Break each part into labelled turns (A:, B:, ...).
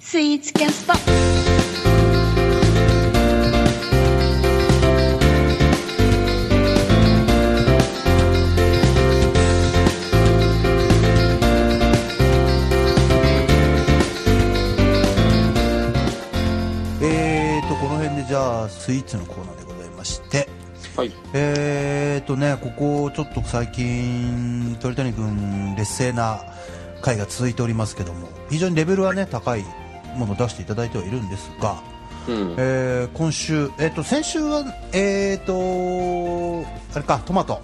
A: スイーツキャスト。
B: えーと、この辺でじゃあ、スイーツのコーナーでございまして、
C: はい。
B: えーとね、ここちょっと最近、鳥谷君、劣勢な回が続いておりますけども、非常にレベルはね、高いものを出していただいてはいるんですが、
C: うん。
B: えー今週、えーと、先週は、えーと、あれか、トマト、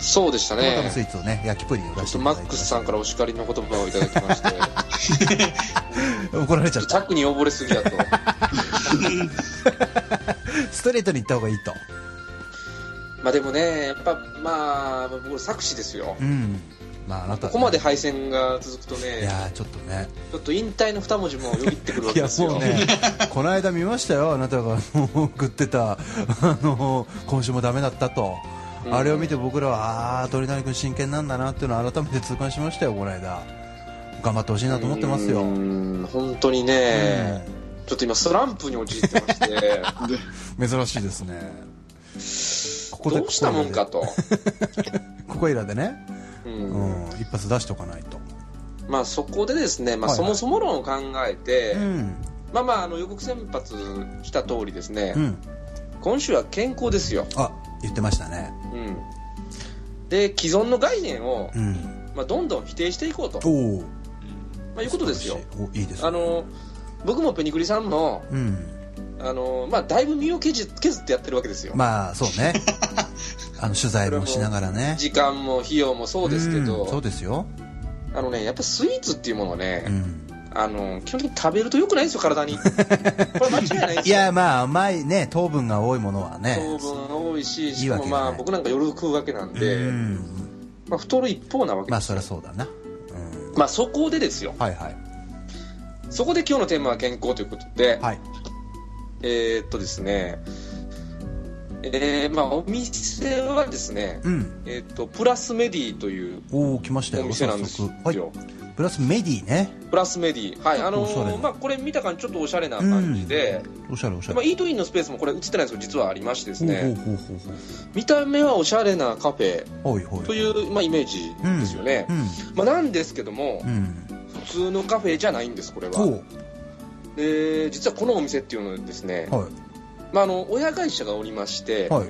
C: そうでした
B: トマトの
C: ね。
B: スイ
C: ち
B: ーツをね、焼きプリンを
C: ょ
B: 出
C: っ
B: し
C: と
B: てい
C: マ
B: ただい
C: ッ
B: て
C: クスさんからお叱りの言葉をいただきま して、
B: 怒られちゃっ
C: タ
B: た、
C: ックに溺れすぎだと。
B: ストレートに行った方がいいと。
C: まあでもね、やっぱ、まあ、僕、作詞ですよ
B: う。んまあ、あなた
C: ここまで敗戦が続くとね
B: い、やーちょっとね
C: ちょっと引退の二文字もよぎってくるわ
B: い
C: け
B: や
C: ですよ。
B: もう ねこの間見ましたよあなたがあの送ってたあの今週もダメだったと、
C: うん
B: あれを見て僕らはああ鳥谷君真剣なんだなっていうのを改めて痛感しましたよこの間頑張ってほしいなと思ってますよ、う
C: う
B: ん
C: ん本当にね、ちょっと今スランプに陥ってまして
B: 珍しいですねこ
C: どうしたもんかと、
B: ここいらでね、
C: う
B: うんん、一発出しておかないと、
C: まあそこでですね、まあ、
B: はい
C: そ
B: はい
C: もそも論を考えて、
B: うん
C: まあまああの予告先発した通りですね、
B: うん
C: 今週は健康ですよ、
B: あ言ってましたね
C: うん、で既存の概念を、
B: うん
C: まあ、どんどん否定していこうと、
B: お
C: ま
B: お
C: あ、いうことですよ
B: おいいですね
C: あの僕もペニクリさんも
B: うん
C: あの、まあ、だいぶ身を削削ってやってるわけですよ、
B: まあそう ねあの取材もしながらね
C: 時間も費用もそうですけど、
B: うんそうですよ、
C: あのね、やっぱスイーツっていうものはね、
B: うん、
C: あの基本的に食べると良くないんですよ、体 に。これ間違いないで
B: い
C: すよ。
B: やまあ甘いね糖分が多いものはね
C: 糖分が多いし、し
B: いい
C: か
B: わ
C: も
B: けがない
C: まあ僕なんか夜食うわけなん
B: う
C: で、
B: ん
C: まあ、太る一方なわけ
B: ま
C: で
B: あ
C: す。
B: そりゃそうだな、うん、
C: まあそこでですよ、
B: はいはい
C: そこで今日のテーマは健康ということで、
B: はい
C: えーっとですね、えーまあお店はですね、
B: うん
C: えーっと、プラスメディという
B: おお来ました
C: お
B: よ
C: 店なんですよ。
B: はい、プラスメディね
C: プラスメディ。はい、あの
B: おしゃれな
C: まあこれ見た感じちょっとおしゃれな感じで、
B: おしゃれおしゃ
C: まあ
B: れ
C: イートインのスペースもこれ映ってないんですけど、実はありましてです
B: ほう
C: ね、
B: ほうほうほう
C: 見た目はおしゃれなカフェ
B: ほうはいはい
C: という、まあ、イメージですよね、
B: うん
C: まあ、なんですけども
B: うん
C: 普通のカフェじゃないんですこれ
B: ほ
C: は
B: う
C: で実はこのお店っていうのはですね、
B: は
C: まあ、あの親会社がおりまして、
B: いはい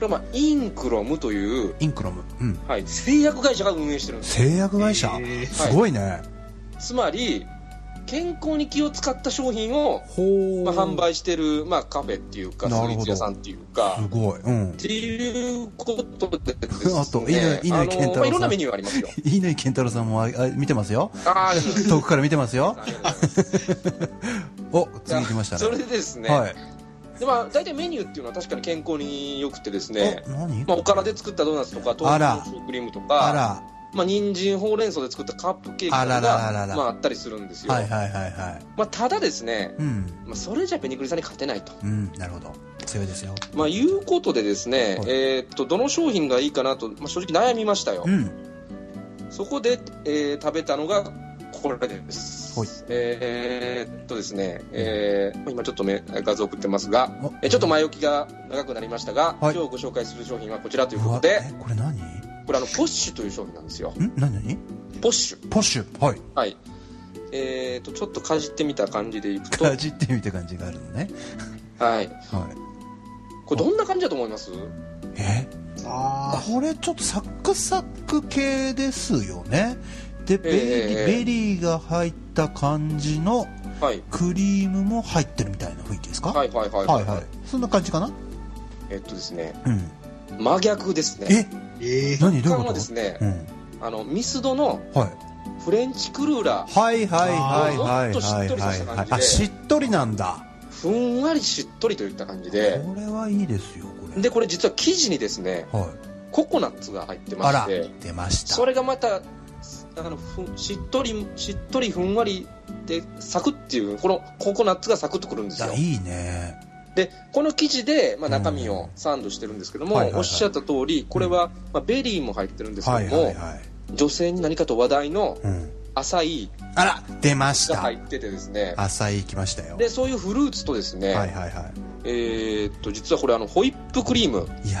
C: これはまあインクロムという、
B: インクロムうん
C: はい、製薬会社が運営してるんです
B: 製薬会社、
D: えー
B: すごいね
C: つまり健康に気を使った商品を、
B: ほう
C: まあ、販売してる、まあ、カフェっていうかスイ
B: なるほど
C: ーツ屋さんっていうか
B: すごいうん
C: っていうことでです、ね、
B: あと乾
C: あの
B: 乾健太郎さん
C: まあ、いろんなメニューありますよ
B: 乾健太郎さんもああ見てますよ
C: あーありがとうござい
B: 遠くから見てますよ
C: ますありがとうございます
B: お次来ましたね
C: それでですね、
B: はい
C: でまあ、大体メニューっていうのは確かに健康によくてですね
B: お、何
C: まあ、おからで作ったドーナツとか豆
B: あ
C: 腐
B: ら
C: のシュークリームと
B: あ
C: からまあ人参ほうれん草で作ったカップケーキと
B: あ
C: か
B: ら
C: が
B: らららら
C: まあ、あったりするんですよ、
B: はいはいはいはい
C: まあ、ただですね、
B: うん
C: まあ、それじゃペニクリさんに勝てないと、
B: うんなるほど強いですよ
C: まあ、いうことでですね、
B: はい
C: えーっとどの商品がいいかなと、まあ、正直悩みましたよ、
B: うん
C: そこで、えー食べたのがこれです、
B: はい
C: えーっとですね、えーまあ今ちょっとめ画像送ってますが
B: お
C: えーちょっと前置きが長くなりましたが、
B: はい
C: 今日ご紹介する商品はこちらという
B: う
C: こ
B: わ
C: とで
B: えこれ何ん
C: これあのポッシュという商品なんですよ
B: 何何
C: ポッシュ
B: ポッシュはい
C: はいえー、とちょっとかじってみた感じでいくと、
B: かじってみた感じがあるのね
C: はい、
B: はい
C: これどんな感じだと思います
B: え
D: あ
B: これちょっとサクサク系ですよねでベリー、
C: ええ
B: ベリーが入った感じの
C: はい
B: クリームも入ってるみたいな雰囲気ですか
C: はいはいはい
B: はいはいそんな感じかな
C: えっとですね
B: うん
C: 真逆ですね
B: え
D: ーえー
B: 何どういう
C: 他
B: こ
C: は
B: と
C: ですね
B: うん
C: あのミスドの
B: はい
C: フレンチクルーラー
B: はいはいはいはいはいはい
C: もっとしっとりした
B: はい
C: 感じで
B: あしっとりなんだ
C: ふんわりしっとりといった感じで
B: これはいいですよこれ
C: でこれ実は生地にですね
B: はい
C: ココナッツが入ってま
B: あ
C: し
B: ら
C: て
B: 出ました
C: それがまたあのふんしっとりしっとりふんわりでサクッっていうこのココナッツがサクッとくるんですよ
B: だいいね
C: でこの生地で、まあ、中身をサンドしてるんですけども、
B: はいはいはい
C: おっしゃった通りこれは、まあ、ベリーも入ってるんですけど
B: はい
C: も、
B: はいはい
C: 女性に何かと話題の
B: うん
C: 浅い
B: あら出まし
C: が
B: た
C: 入っててですね
B: 浅いきましたよ
C: でそういうフルーツとですね、
B: はいはいはい
C: えーっと実はこれあのホイップクリーム
B: いやー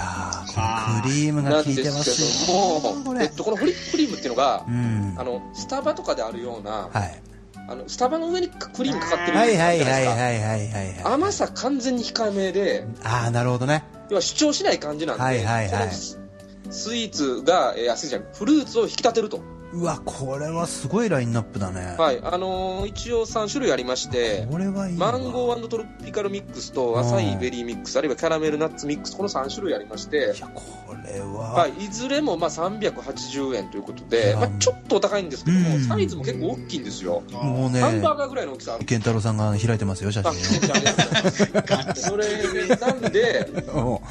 A: あー
B: クリーム
C: な
B: が
C: ん
B: 効
C: で
B: いてますす
C: け
B: よ
C: ども、
B: こ
C: え
B: れ
C: っと、このホイップクリームっていうのが
B: う、ん
C: あのスタバとかであるような
B: はい
C: あのスタバの上にクリームかかってる
B: はいはい
C: じゃな
B: はいい
C: ですか
B: はいはいはいはい
C: 甘さ完全に控えめで
B: ああなるほどね
C: 要は主張しない感じなんで、
B: はいはいはい
C: このススイーツが、えー、あスイーツじゃないフルーツを引き立てると、
B: うわこれはすごいラインナップだね、
C: はいあのー一応3種類ありまして
B: これはいいわ
C: マンゴートロピカルミックスと浅いベリーミックスあるいはキャラメルナッツミックスこの3種類ありまして
B: いやこれ
C: は、
B: はい
C: いずれもまあ380円ということで、
B: うん
C: まあ、ちょっとお高いんですけども、
B: うん
C: サイズも結構大きいんですよ、
B: もうね
C: ハンバーガーぐらいの大きさある
B: 健太郎さんが開いてますよ写
C: あ
B: 真
C: ありがとうござ いますそれなんで、
B: を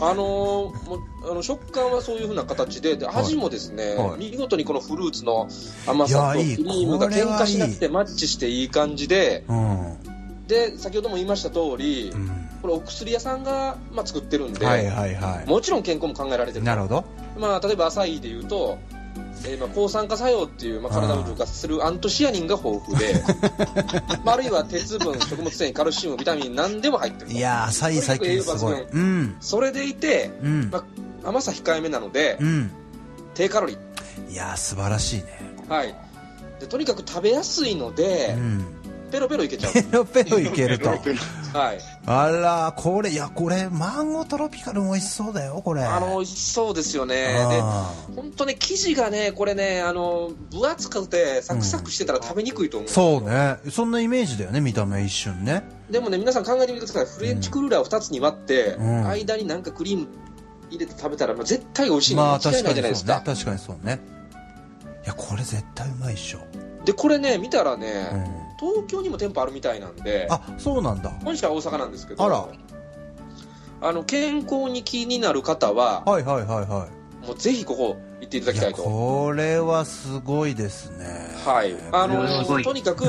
C: あのーもうあの食感はそういうふうな形でで
B: はい
C: 味もですね、
B: はい
C: 見事にこのフルーツの甘さと
B: いやいい
C: クリームが
B: これ
C: 喧
B: はいい
C: 嘩しなくてマッチしていい感じで
B: うん、うん
C: で先ほども言いました通り、これお薬屋さんが、まあ、作ってるんで、
B: はいはいは
C: もちろん健康も考えられて
B: い
C: る
B: なるほど
C: まあ、例えば浅いで言うと、えーまあ、抗酸化作用っていう、まあ、体を浄化するアントシアニンが豊 富でまあ、あるいは鉄分食物繊維カルシウムビタミン何でも入ってる
B: いやー浅い最近すごいうん
C: それでいて
B: うん
C: まあ甘さ控えめなので
B: うん
C: 低カロリー
B: いやー素晴らしいね
C: はい、でとにかく食べやすいので
B: う、ん
C: ペロペロいけちゃ
B: ペロペロいける と
C: う、はい、
B: あらこれいやこれマンゴートロピカルも美味しそうだよこれ
C: あの美味しそうですよね、
B: あー
C: で本当ね、生地がね、これね、あの分厚くて、サクサクしてたら食べにくいと思う、
B: そうねそんなイメージだよね見た目一瞬ね
C: でもね、皆さん考えてみてください、フレンチクルーラーを2つに割って、
B: うん
C: 間になんかクリーム入れて食べたら、まあ、絶対美味しいの
B: まあ
C: 間違
B: 確
C: いな
B: か
C: い
B: に
C: じゃない
B: そ
C: です
B: うね
C: か、
B: 確かにそうねいやこれ絶対うまいっしょ、
C: でこれね、見たら
B: う
C: ね、
B: ん、
C: 東京にも店舗あるみたいなんで、
B: あそうなんだ
C: 本社は大阪なんですけど、
B: あら
C: あの健康に気になる方は、
B: はいはいはいは
C: もうぜひここ行っていた
B: い
C: だきたい
B: や
C: と。
B: これはすごいですね
C: はい、あ
A: これはす
C: の
A: ごい
C: と にかく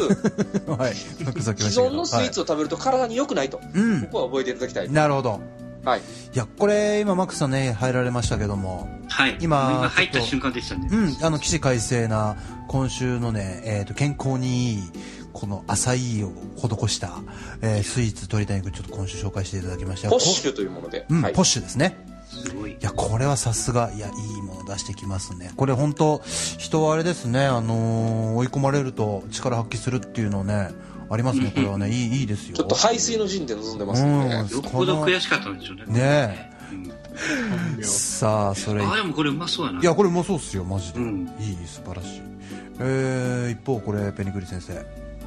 B: はいふくさき
C: 既
B: ましたけど
C: 存のスイーツを食べると体に良くないと、
B: はい、うん
C: ここは覚えていただきたい、
B: なるほど
C: はい、
B: いやこれ今マックスさんね入られましたけども
A: はい。
B: 今
A: 今入っ
B: ちょ
A: た
B: っと
A: 瞬間でしたね。
B: うんあの起死回生な今週のね、えー、と健康にいいこの浅いを施した、えースイーツ鳥谷君ちょっと今週紹介していただきました
C: ポッシュというもので、
B: うん、
C: はい
B: ポッシュですね
A: すごい
B: い。やこれはさすがいやいいもの出してきますねこれ本当人はあれですね、あのー追い込まれると力発揮するっていうのねありますねこれはねいいいいですよ
C: ちょっと排水の陣で臨んでますので、
B: うん
A: よっぽど悔しかったんでしょうね。
B: ね
A: うん
B: さあそれ
A: あ、でもこれうまそうやな。
B: いやこれうまそうっすよマジで、
A: うん
B: いい素晴らしいえー、一方これペニクリ先生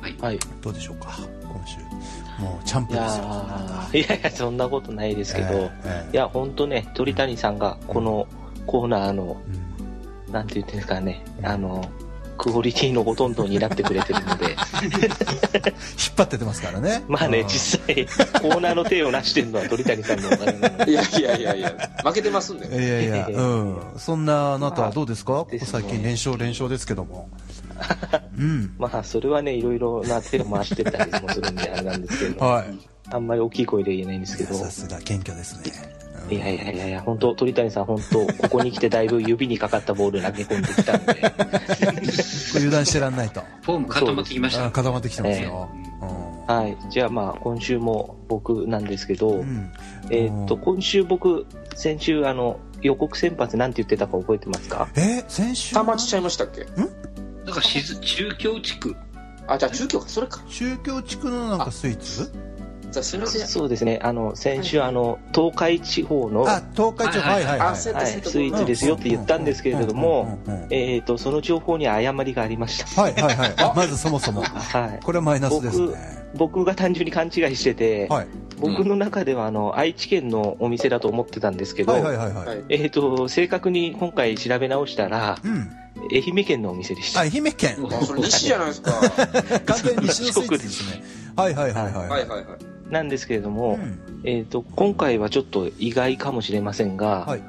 A: はい。
D: はい。い
B: どうでしょうか今週もうチャンプですよなん
D: や
B: か
D: ーいやいや、そんなことないですけど、
B: えーえー
D: いや、ほんとね、鳥谷さんがこのコーナーの、
B: うん
D: なんて言ってんですかね、あの、クオリティのほとんどになってくれてる ので、
B: 引っ張っててますからね
D: まあ
B: う
D: ね、
B: ん
D: 実際、コーナーの手を成してるのは鳥谷さんのおかげなので
C: いやいやいやいや、負けて ますんで、
B: いやいや、うん、そんなあなたはどうですか、こ
D: で
B: こ
D: すね
B: 最近連勝連勝ですけど もうん
D: まあ、それはね、いろいろな手を回してたりもするんで、あれなんですけど、
B: はい
D: あんまり大きい声で言えないんですけ
B: いや
D: ど、
B: さすが謙虚ですね、うん
D: いやいやいやいや、本当鳥谷さん、本当ここに来てだいぶ指にかかったボール投げ込んできたんで、
B: 油断してらんない と
A: フォーム固まってきました
B: あ
A: ね。
B: 固まってきてますよ、
D: はい。じゃあまあ、今週も僕なんですけど、
B: うん、うん
D: えーっと、今週僕、先週、あの、予告先発なんて言ってたか覚えてますか
B: え先週
C: たまちちゃいましたっけ、
A: だからしず、中京地区。
C: あじゃあ、中京か、それか、
B: 中京地区のなんかスイーツ
C: じゃあすみません、
D: そうですね。あの、先週、あの、東海地方の、
B: あ東海地方は
A: はいい
B: は
A: はい
C: い
B: は
C: あ
B: い
C: セ
D: はい、スイーツですよって言ったんですけれども、
B: うんうんうんうん
D: えーっと、その情報に誤りがありました。
B: はいはいはいあまずそもそも
D: はい。
B: これはマイナスですね
D: 僕が単純に勘違いしてて、
B: はい
D: 僕の中ではあの愛知県のお店だと思ってたんですけど、
B: はいはいはいは
C: はいい
D: えー、と正確に今回調べ直したら
B: うん
D: 愛媛県のお店でした、
B: あ愛媛県
C: あそれ西じゃないですか、 は
B: 完全に西のスイーツですねはいはいはいはい
C: い
B: は
C: はいいはい、
D: なんですけれども、
B: うん
D: えー、と今回はちょっと意外かもしれませんが、
B: はい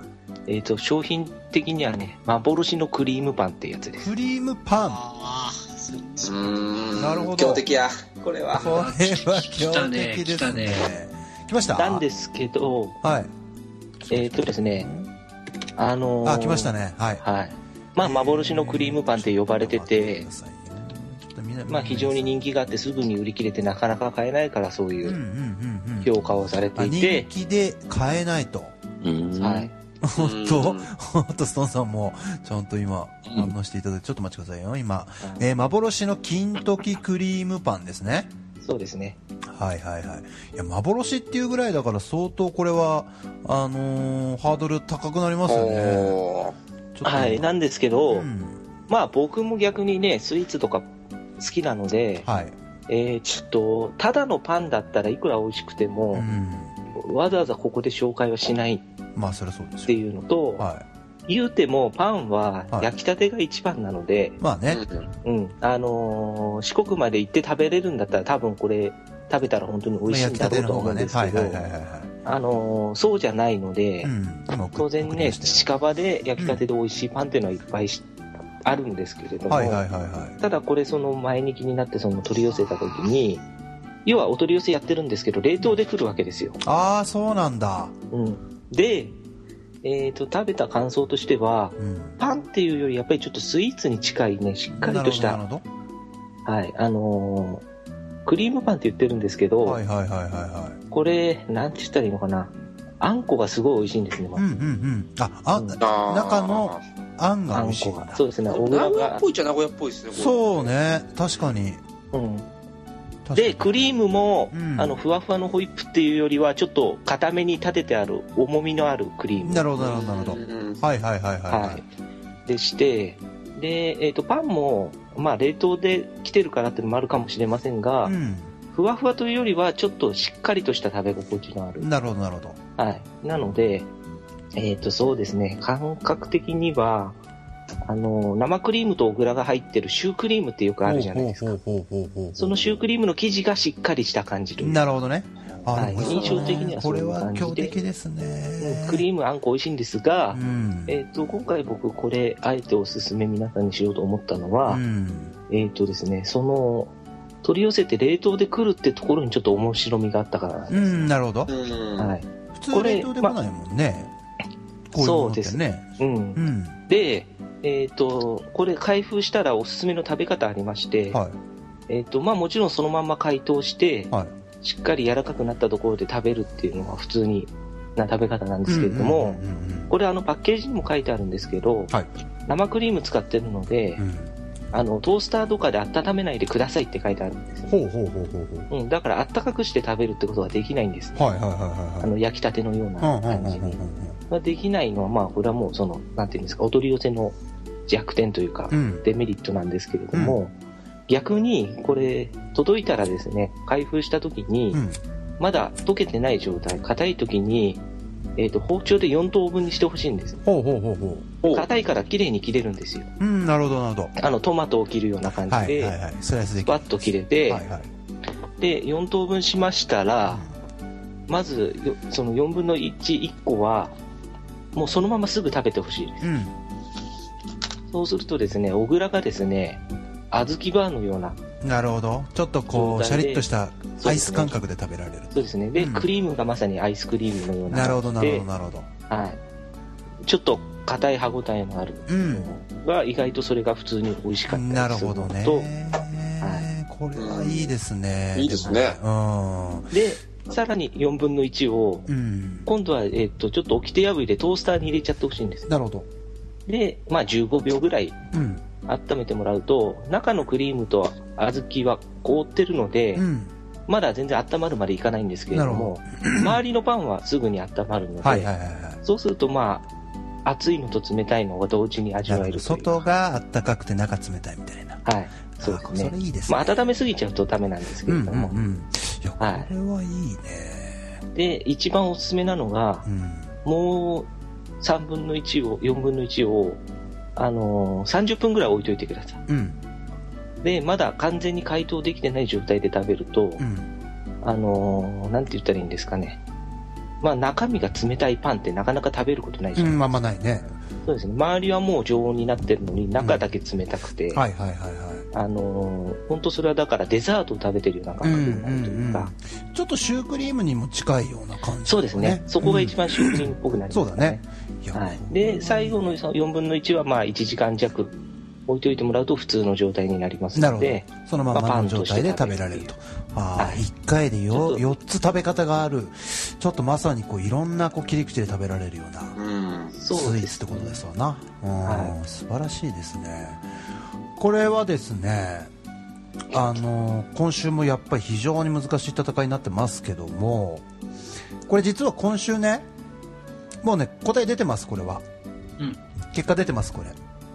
D: えー、と商品的にはね幻のクリームパンってやつです
B: クリームパ
A: ああ、そう
C: うーん
B: なるほど
C: 強敵や、これ
B: ン
C: は、
B: これは強敵で
A: 来た
B: すね
A: ね
B: 来ました
D: なんですけど
B: はい
D: えー、とですねあのー
B: あ来ましたねはい
D: はいまあ幻のクリームパンって呼ばれてて、まあ、非常に人気があってすぐに売り切れてなかなか買えないからそうい
B: うんうん
D: う
B: うんうん
D: 評価をされ
B: あ
D: てい
B: 人
D: て、
B: 気で買えないと
E: うん
D: はい、
B: 本
C: う
B: 当
C: ん
B: 本当ストーンさんもちゃんと今反応していただいてちょっとお待ちくださいよ今、えー幻の金時クリームパンですね
D: そうですね
B: はいはいはいいや幻っていうぐらいだから相当これはあのーハードル高くなりますよね
C: おー
B: ちょっと
D: はい、なんですけど、
B: うん
D: まあ僕も逆にねスイーツとか好きなので、
B: はい
D: えーちょっとただのパンだったらいくら美味しくて
B: う
D: も、
B: ん
D: わざわざここで紹介はしない
B: まあそりゃそうで
D: っ
B: す
D: て
B: よ
D: いうのと、
B: はい
D: 言うてもパンは
B: はい
D: 焼きたてが一番なので、
B: まあね
C: うん
D: うんあのー四国まで行って食べれるんだったら多分これ食べたら本当に美味しいん
B: 焼き
D: だ
B: た
D: ろ
B: て
D: うと
B: の方
D: 思う
B: が
D: ん
B: ね
D: です
B: は
D: け
B: い
D: ど、
B: はいはいはいはい
D: あのーそうじゃないので、
B: うん今送
D: 当然
B: 送り
D: ね
B: ましたよ
D: 近場で焼きたてで美味しいパンっていうのはいっぱいしあるんですけれども、
B: はいはいはいはい
D: ただこれその前に気になってその取り寄せた時に要はお取り寄せやってるんですけど冷凍で来るわけですよ、
B: ああそうなんだ
D: うん、で、えー、と食べた感想としては
B: うん
D: パンっていうよりやっぱりちょっとスイーツに近いねしっかりとし
B: なる
D: た、
B: ほどなる
D: はいあのークリームパンって言ってるんですけど、
B: ほどはいはいはいはいはい
D: これなんて言ったらいいのかなあんこがすごい美味しいんですね、ま
B: うんうんうんああん
C: あー
B: 中のあん
D: あ
B: が
D: あ
B: 美
D: ん
B: 味しい
D: こ
B: んだ
D: がそうですね小
C: 名
D: 倉
C: 古屋
D: が
C: っぽいっちゃ名古屋っぽいですねこれ
B: そうね確かに
D: うん、
B: 確かに
D: でクリームも、
B: うん
D: あのふわふわのホイップっていうよりはちょっと固めに立ててある重みのあるクリーム
B: なるほどなるほどなるほ
C: う
B: ど
C: ん
B: はいはいはいはい
D: はい、でしてで、えー、とパンも、まあ、冷凍で来てるからっていうのもあるかもしれませんが、
B: うん
D: ふわふわというよりはちょっとしっかりとした食べ心地のある、
B: なるほどなるほど
D: はい、なので、えー、とそうですね感覚的にはあの生クリームとオクラが入ってるシュークリームってよくあるじゃないですか
B: ほうほうほうほうほう
D: そのシュークリームの生地がしっかりした感じというか
B: なるほどねあ
D: はい
B: 美味しそうだね
D: 印象的には
B: こ
D: そうい
B: れ
D: う
B: は
D: 感じで
B: 強敵ですね
D: クリームあんこ美味しいんですが、
B: うん
D: えっと今回僕これあえておすすめ皆さんにしようと思ったのは、
B: うん
D: えっとですねその取り寄せて冷凍で来るってところにちょっと面白みがあったからなんで
B: うんなるほど
C: うん
D: はい
B: 普通冷凍で来ないもんねこういうものって
D: そう
B: ね
D: うん
B: うん
D: で、えっとこれ開封したらおすすめの食べ方ありまして、
B: は
D: えっとまあ、もちろんそのまんま解凍して
B: い、はい
D: しっかり柔らかくなったところで食べるっていうのが普通にな食べ方なんですけれども、
B: うんうんうんうん
D: これあのパッケージにも書いてあるんですけど、
B: はい
D: 生クリーム使ってるので、
B: うん
D: あのトースターとかで温めないでくださいって書いてあるんですよ、
B: ほうほうほうほうほう
D: うん、だから温かくして食べるってことはできないんです、ね
B: はいはいはい
D: あ
B: はいはい
D: の焼きたてのような感じ
B: うんうんうん
D: に
B: うんうん
D: まあできないのはまあこれはもうそのなんていうんですかお取り寄せの弱点というか
B: うん
D: デメリットなんですけれども、逆にこれ届いたらですね開封した時に
B: うん
D: まだ溶けてない状態硬い時に、えー、と包丁で4等分にしてほしいんです
B: ほうほうほうほ
C: おう
D: 硬いから綺麗に切れるんですよ
B: ううんなるほどなるほ
D: あのトマトを切るような感
B: どは
D: じ
B: い
D: で、
B: はいはいスライスできる
D: バッと切れて、
B: はいはい
D: で4等分しましたら、まずよその4分の11個はもうそのまますぐ食べてほしい
B: うん
D: そうするとですね小倉がですね小豆バーのような
B: なるほどちょっとこうシ
D: 状態で
B: ャリッとしたア
D: そうで
B: イ
D: す
B: ス
D: ね
B: 感覚で食べられる
D: そうですねで、
B: うん
D: クリームがまさにアイスクリームのような
B: なるほどなるほど
D: で
B: なるほど
D: はい、ちょっと硬い歯ごたえのある
B: うん
D: が意外とそれが普通に美味しかったりするのと
B: なるほどねこれはいいですね
C: いいですね
B: もね
D: でさらに4分の1を
B: うんうん
D: 今度は、えっとちょっと起き手破りでトースターに入れちゃってほしいんです
B: なるほど
D: で、まあ、15秒ぐらい
B: うん
D: 温めてもらうと中のクリームと小豆は凍ってるので、
B: うん
D: まだ全然温まるまでいかないんですけれども周りのパンはすぐに温まるので、
B: はいはいはいはい
D: そうするとまあ熱いのと冷たいのが同時に味
B: なる
D: わえ
B: ほど
D: るという
B: 外があったかくて中冷たいみたいな
D: はいそうです
B: あ
D: ね
B: これいいですね
D: まあ、温めすぎちゃうとダメなんですけ
B: う
D: れ
B: ん
D: ど
B: うん
D: も、
B: うんいやこ
D: はい
B: れはいいね
D: で一番おすすめなのが
B: う、ん
D: もう3分の1を4分の1を、あのー30分ぐらい置いといてくださ
B: うん
D: いでまだ完全に解凍できてない状態で食べると、
B: うん
D: あのーなんて言ったらいいんですかねまあ中身が冷たいパンってなかなか食べることないじ
B: う
D: ゃない
B: んまあまあないね
D: そうですね周りはもう常温になってるのに中だけ冷たくて、
B: はいはいはいはい
D: あのー本当それはだからデザートを食べてるような感覚になるというか、
B: うんうんちょっとシュークリームにも近いような感じ
D: そうですねそこが一
B: 番
D: 番シュークリームっぽくなります
B: そうだねいや
D: はい、で最後の4分の1はまあ1時間弱置いておいてもらうと普通の状態になります
B: なる
D: の
B: ほど
D: で、
B: そのま
D: まあ
B: ま
D: パ
B: の
D: ンと
B: 状
D: して
B: 態で食べられると
D: 食
B: ああ
D: はい
B: 1回で
D: ちょっ
B: よ
D: と
B: 4つ食べ方があるちょっとまさにこういろんなこう切り口で食べられるような
C: うん。
B: スイ
D: そ
B: ー
D: うで
B: ツっ
D: す
B: てことですわな、うん
D: は
B: 素晴らしいですねこれはですねあの今週もやっぱり非常に難しい戦いになってますけどもこれ実は今週ねもうね答え出てますこれは
A: うん。
B: 結果出てますこれ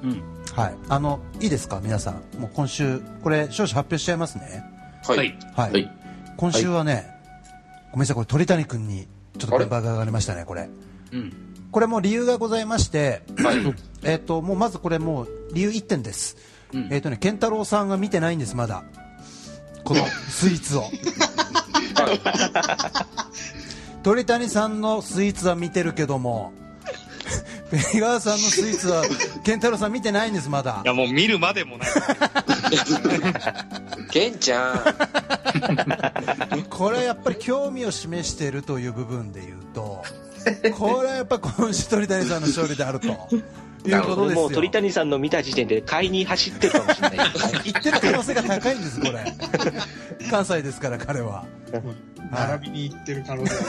A: うん。
B: はいあのいいですか皆さんもう今週これ勝者発表しちゃいますね
A: は
C: はいい。。
B: はい、
E: はい
B: 今週はね、ごめんなさいこれ鳥谷君にちょっと
C: あれ
B: 軍配が上がりましたねこれ
A: うん。
B: これも理由がございまして
C: はい。
B: えっともうまずこれもう理由1点です、
A: うん
B: えっとね健太郎さんが見てないんですまだこのスイーツを鳥谷さんのスイーツは見てるけども ペガーさんのスイーツは健太郎さん見てないんですまだ
E: いや、もう見るまでもない。
C: ケンちゃん。
B: これはやっぱり興味を示しているという部分で言うとこれはやっぱ今週鳥谷さんの勝利であるということです
D: も
B: よ
D: う鳥谷さんの見た時点で買いに走ってるかもし れないですね
B: 言ってる可能性が高いんですこれ 関西ですから彼は
F: 並びに行ってる可能性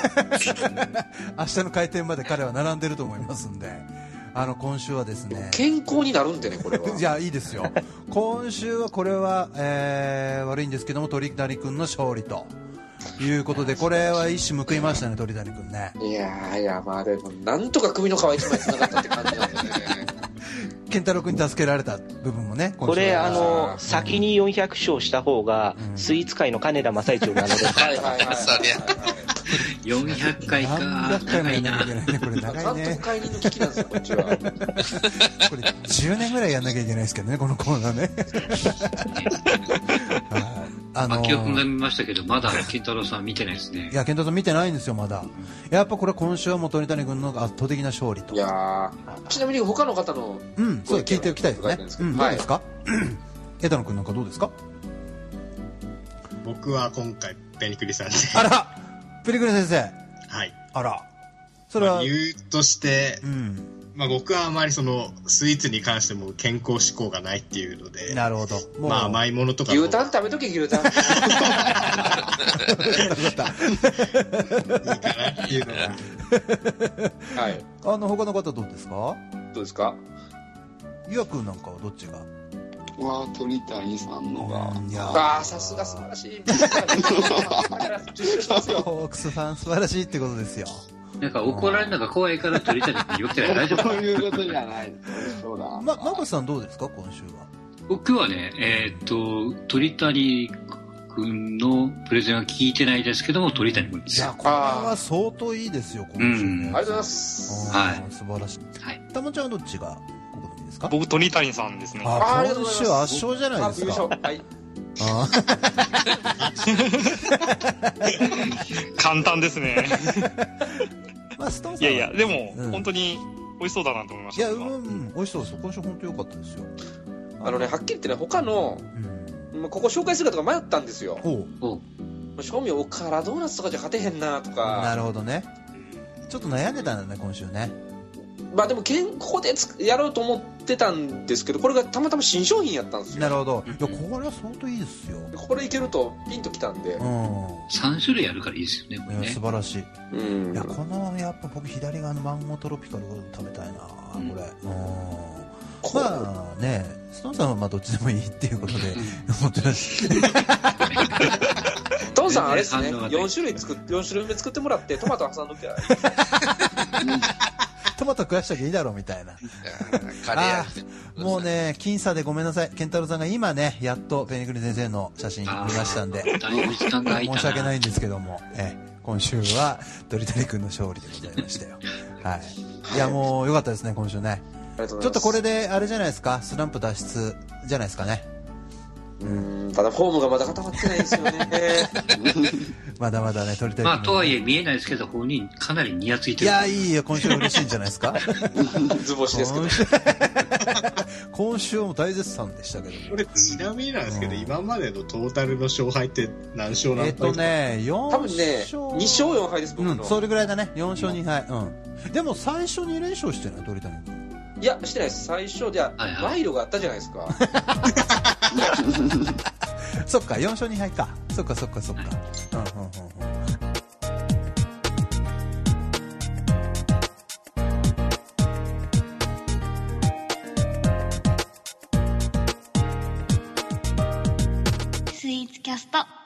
B: 明日の開店まで彼は並んでると思いますんであの今週はですね
C: 健康になるんでね、これ は。
B: いやいいですよ今週はこれは、えー悪いんですけども鳥谷君の勝利ということでこれは一矢報いましたね鳥谷君ね
C: いやーいや、まあでも、なんとか首の皮一枚繋がったって感じなん でね。
B: 健太郎君に助けられた部分もね
D: こ
B: 今週
D: れ
B: は
D: あの先に400勝した方が、
B: うん
D: スイーツ界の金田正一を名乗れる
C: はいはいはいはい。
E: そりゃ
A: 400回か。
B: 何百回も
A: 長
B: や
A: い
B: んな
A: な
B: きゃい。けないねこれ長い
C: 監督
B: ね
C: 解任の危機なんですよ、こっちは。
B: これ10年ぐらいやんなきゃいけないですけどねこのコーナーねはいあ
A: 秋代君が見ましたけど、まだ健太郎さん見てないですね
B: い。や、健太さん見てないんですよ、まだ。やっぱこれ今週はもう鳥谷君の圧倒的な勝利と
C: い。やーちなみに他の方の、
B: うん、そう、
C: ご意見
B: 聞いておきたいです
C: ご意
B: ね
C: 見です。け
B: う
C: ど
B: ん、ど
C: は
B: う
C: い
B: ですか枝野君なんかどうですか
F: 僕は今回ペニクリさんで
B: あらプリクル先生
F: はい、
B: あらそれ
F: まあ、
B: は、
F: 理由として
B: う、ん、
F: まあ、僕はあまりそのスイーツに関しても健康志向がないっていうので
B: なるほど。もう、
F: まあ甘いものとかも
C: 牛タン食べとけ、牛 タン。
B: よかっ
F: いいかなっていうのが
C: はい。
B: たあの、他の方どうですか
C: どうですか
B: ゆうやくんなんかはどっちが
G: 僕は鳥谷さんのが、
B: うんいや
C: ああ、さすが素晴らしい。 ですよ
B: ホークスファン素晴らしいってことですよ。
A: なんか怒られるのが怖いから鳥谷君によくてな い。大丈夫
G: そういうことじゃないです。そう だ。
B: ま、まこさんどうですか今週は。
A: 僕はね、えーっと、鳥谷君のプレゼンは聞いてないですけども、鳥谷君で
B: い
A: す。
B: や
A: は、
B: これは相当いいですよ、今週ね。。
A: うん
C: ありがとうございます。
A: はい
B: 素晴らしい。
A: い。
B: たまちゃんはどっちがお好みですか
E: 僕、鳥谷さんですね。
C: あ
B: あ
C: ありがとう
B: 今
C: ござい
B: 週
C: ます
B: は圧勝じゃない
C: あ
B: で、
C: 優
B: す
C: 勝。
B: か
C: はい。
B: あ
E: 簡単です ね。
B: ー まあストーン
E: い
B: さん
E: や
B: はい
E: や、でも、
B: うん
E: 本当に美味しそうだなと思いまし
B: い
E: た。
B: やうんうん美味しそうです今週本当良かったですよ
C: あのね、はっきり言ってね、他の、
B: うん
C: まあここ紹介するかとか迷ったんですよ。
B: おう
A: お
C: 正味おからドーナツとかじゃ勝てへんなと
B: な
C: か。
B: るほどねちょっと悩んでたんだね今週ね
C: まあでも、けんここでつやろうと思ってたんですけど、これがたまたま新商品やったんですよ。
B: なるほどいや
A: う
B: こ
A: ん
B: れは相当いいですよ
C: これいけるとピンときたんで。
B: う
A: 3種類あるからいいですよね、これ
B: んいや
A: ね
B: 素。晴らしい
C: うん
B: いやこのやっぱ僕左側のマンゴートロピカルを食べたいなこれうん
C: こう
B: まあねストーンさんはまあどっちでもいいっていうことで思ってらっし
C: トンさんあれですね
A: 全然反応がない
C: 4種類作っ四種類目作ってもらってトマト挟んどき ゃ
B: ゃ るトマト食わしたきゃいいだろうみたい な
E: カ
B: あーもうね、僅差でごめんなさい。健太郎さんが今ね、やっとペニクリ先生の写真見ましたん で、
A: だいぶ時間が空い た
B: 申
A: な。
B: し訳ないんですけども、ええ今週は鳥谷君の勝利でございま したよ。はい。いや、もう良かったですね、今週ね。ちょっとこれ
C: で
B: で、あれじゃないですか、スランプ脱出じゃないですかね。
C: うんただフォームがまだ固まってないですよね
B: まだまだね、鳥谷君。
A: まあ、とはいえ見えないですけど、本人かなりニヤつい
B: い
A: てる。
B: や、いいよ、今週は嬉しいんじゃないですか。
C: 図星ですけど
B: 今週 今週はもう大絶賛でしたけども
F: これちなみになんですけど、
B: うん
F: 今までのトータルの勝敗って何勝何
B: え
F: 敗
B: っとね、4
C: 多分ね
B: 勝
C: 2勝4敗です僕
B: うん、
C: の
B: それぐらいだね、4勝2敗、うん、でも最初に連勝してない、鳥谷君、
C: いいや、してないです。最初、じゃあ、
A: はいはい
C: 賄賂があったじゃないですか。
B: そっか4勝2敗かそっかそっかそっか、うんうんうんうん
H: スイーツキャスト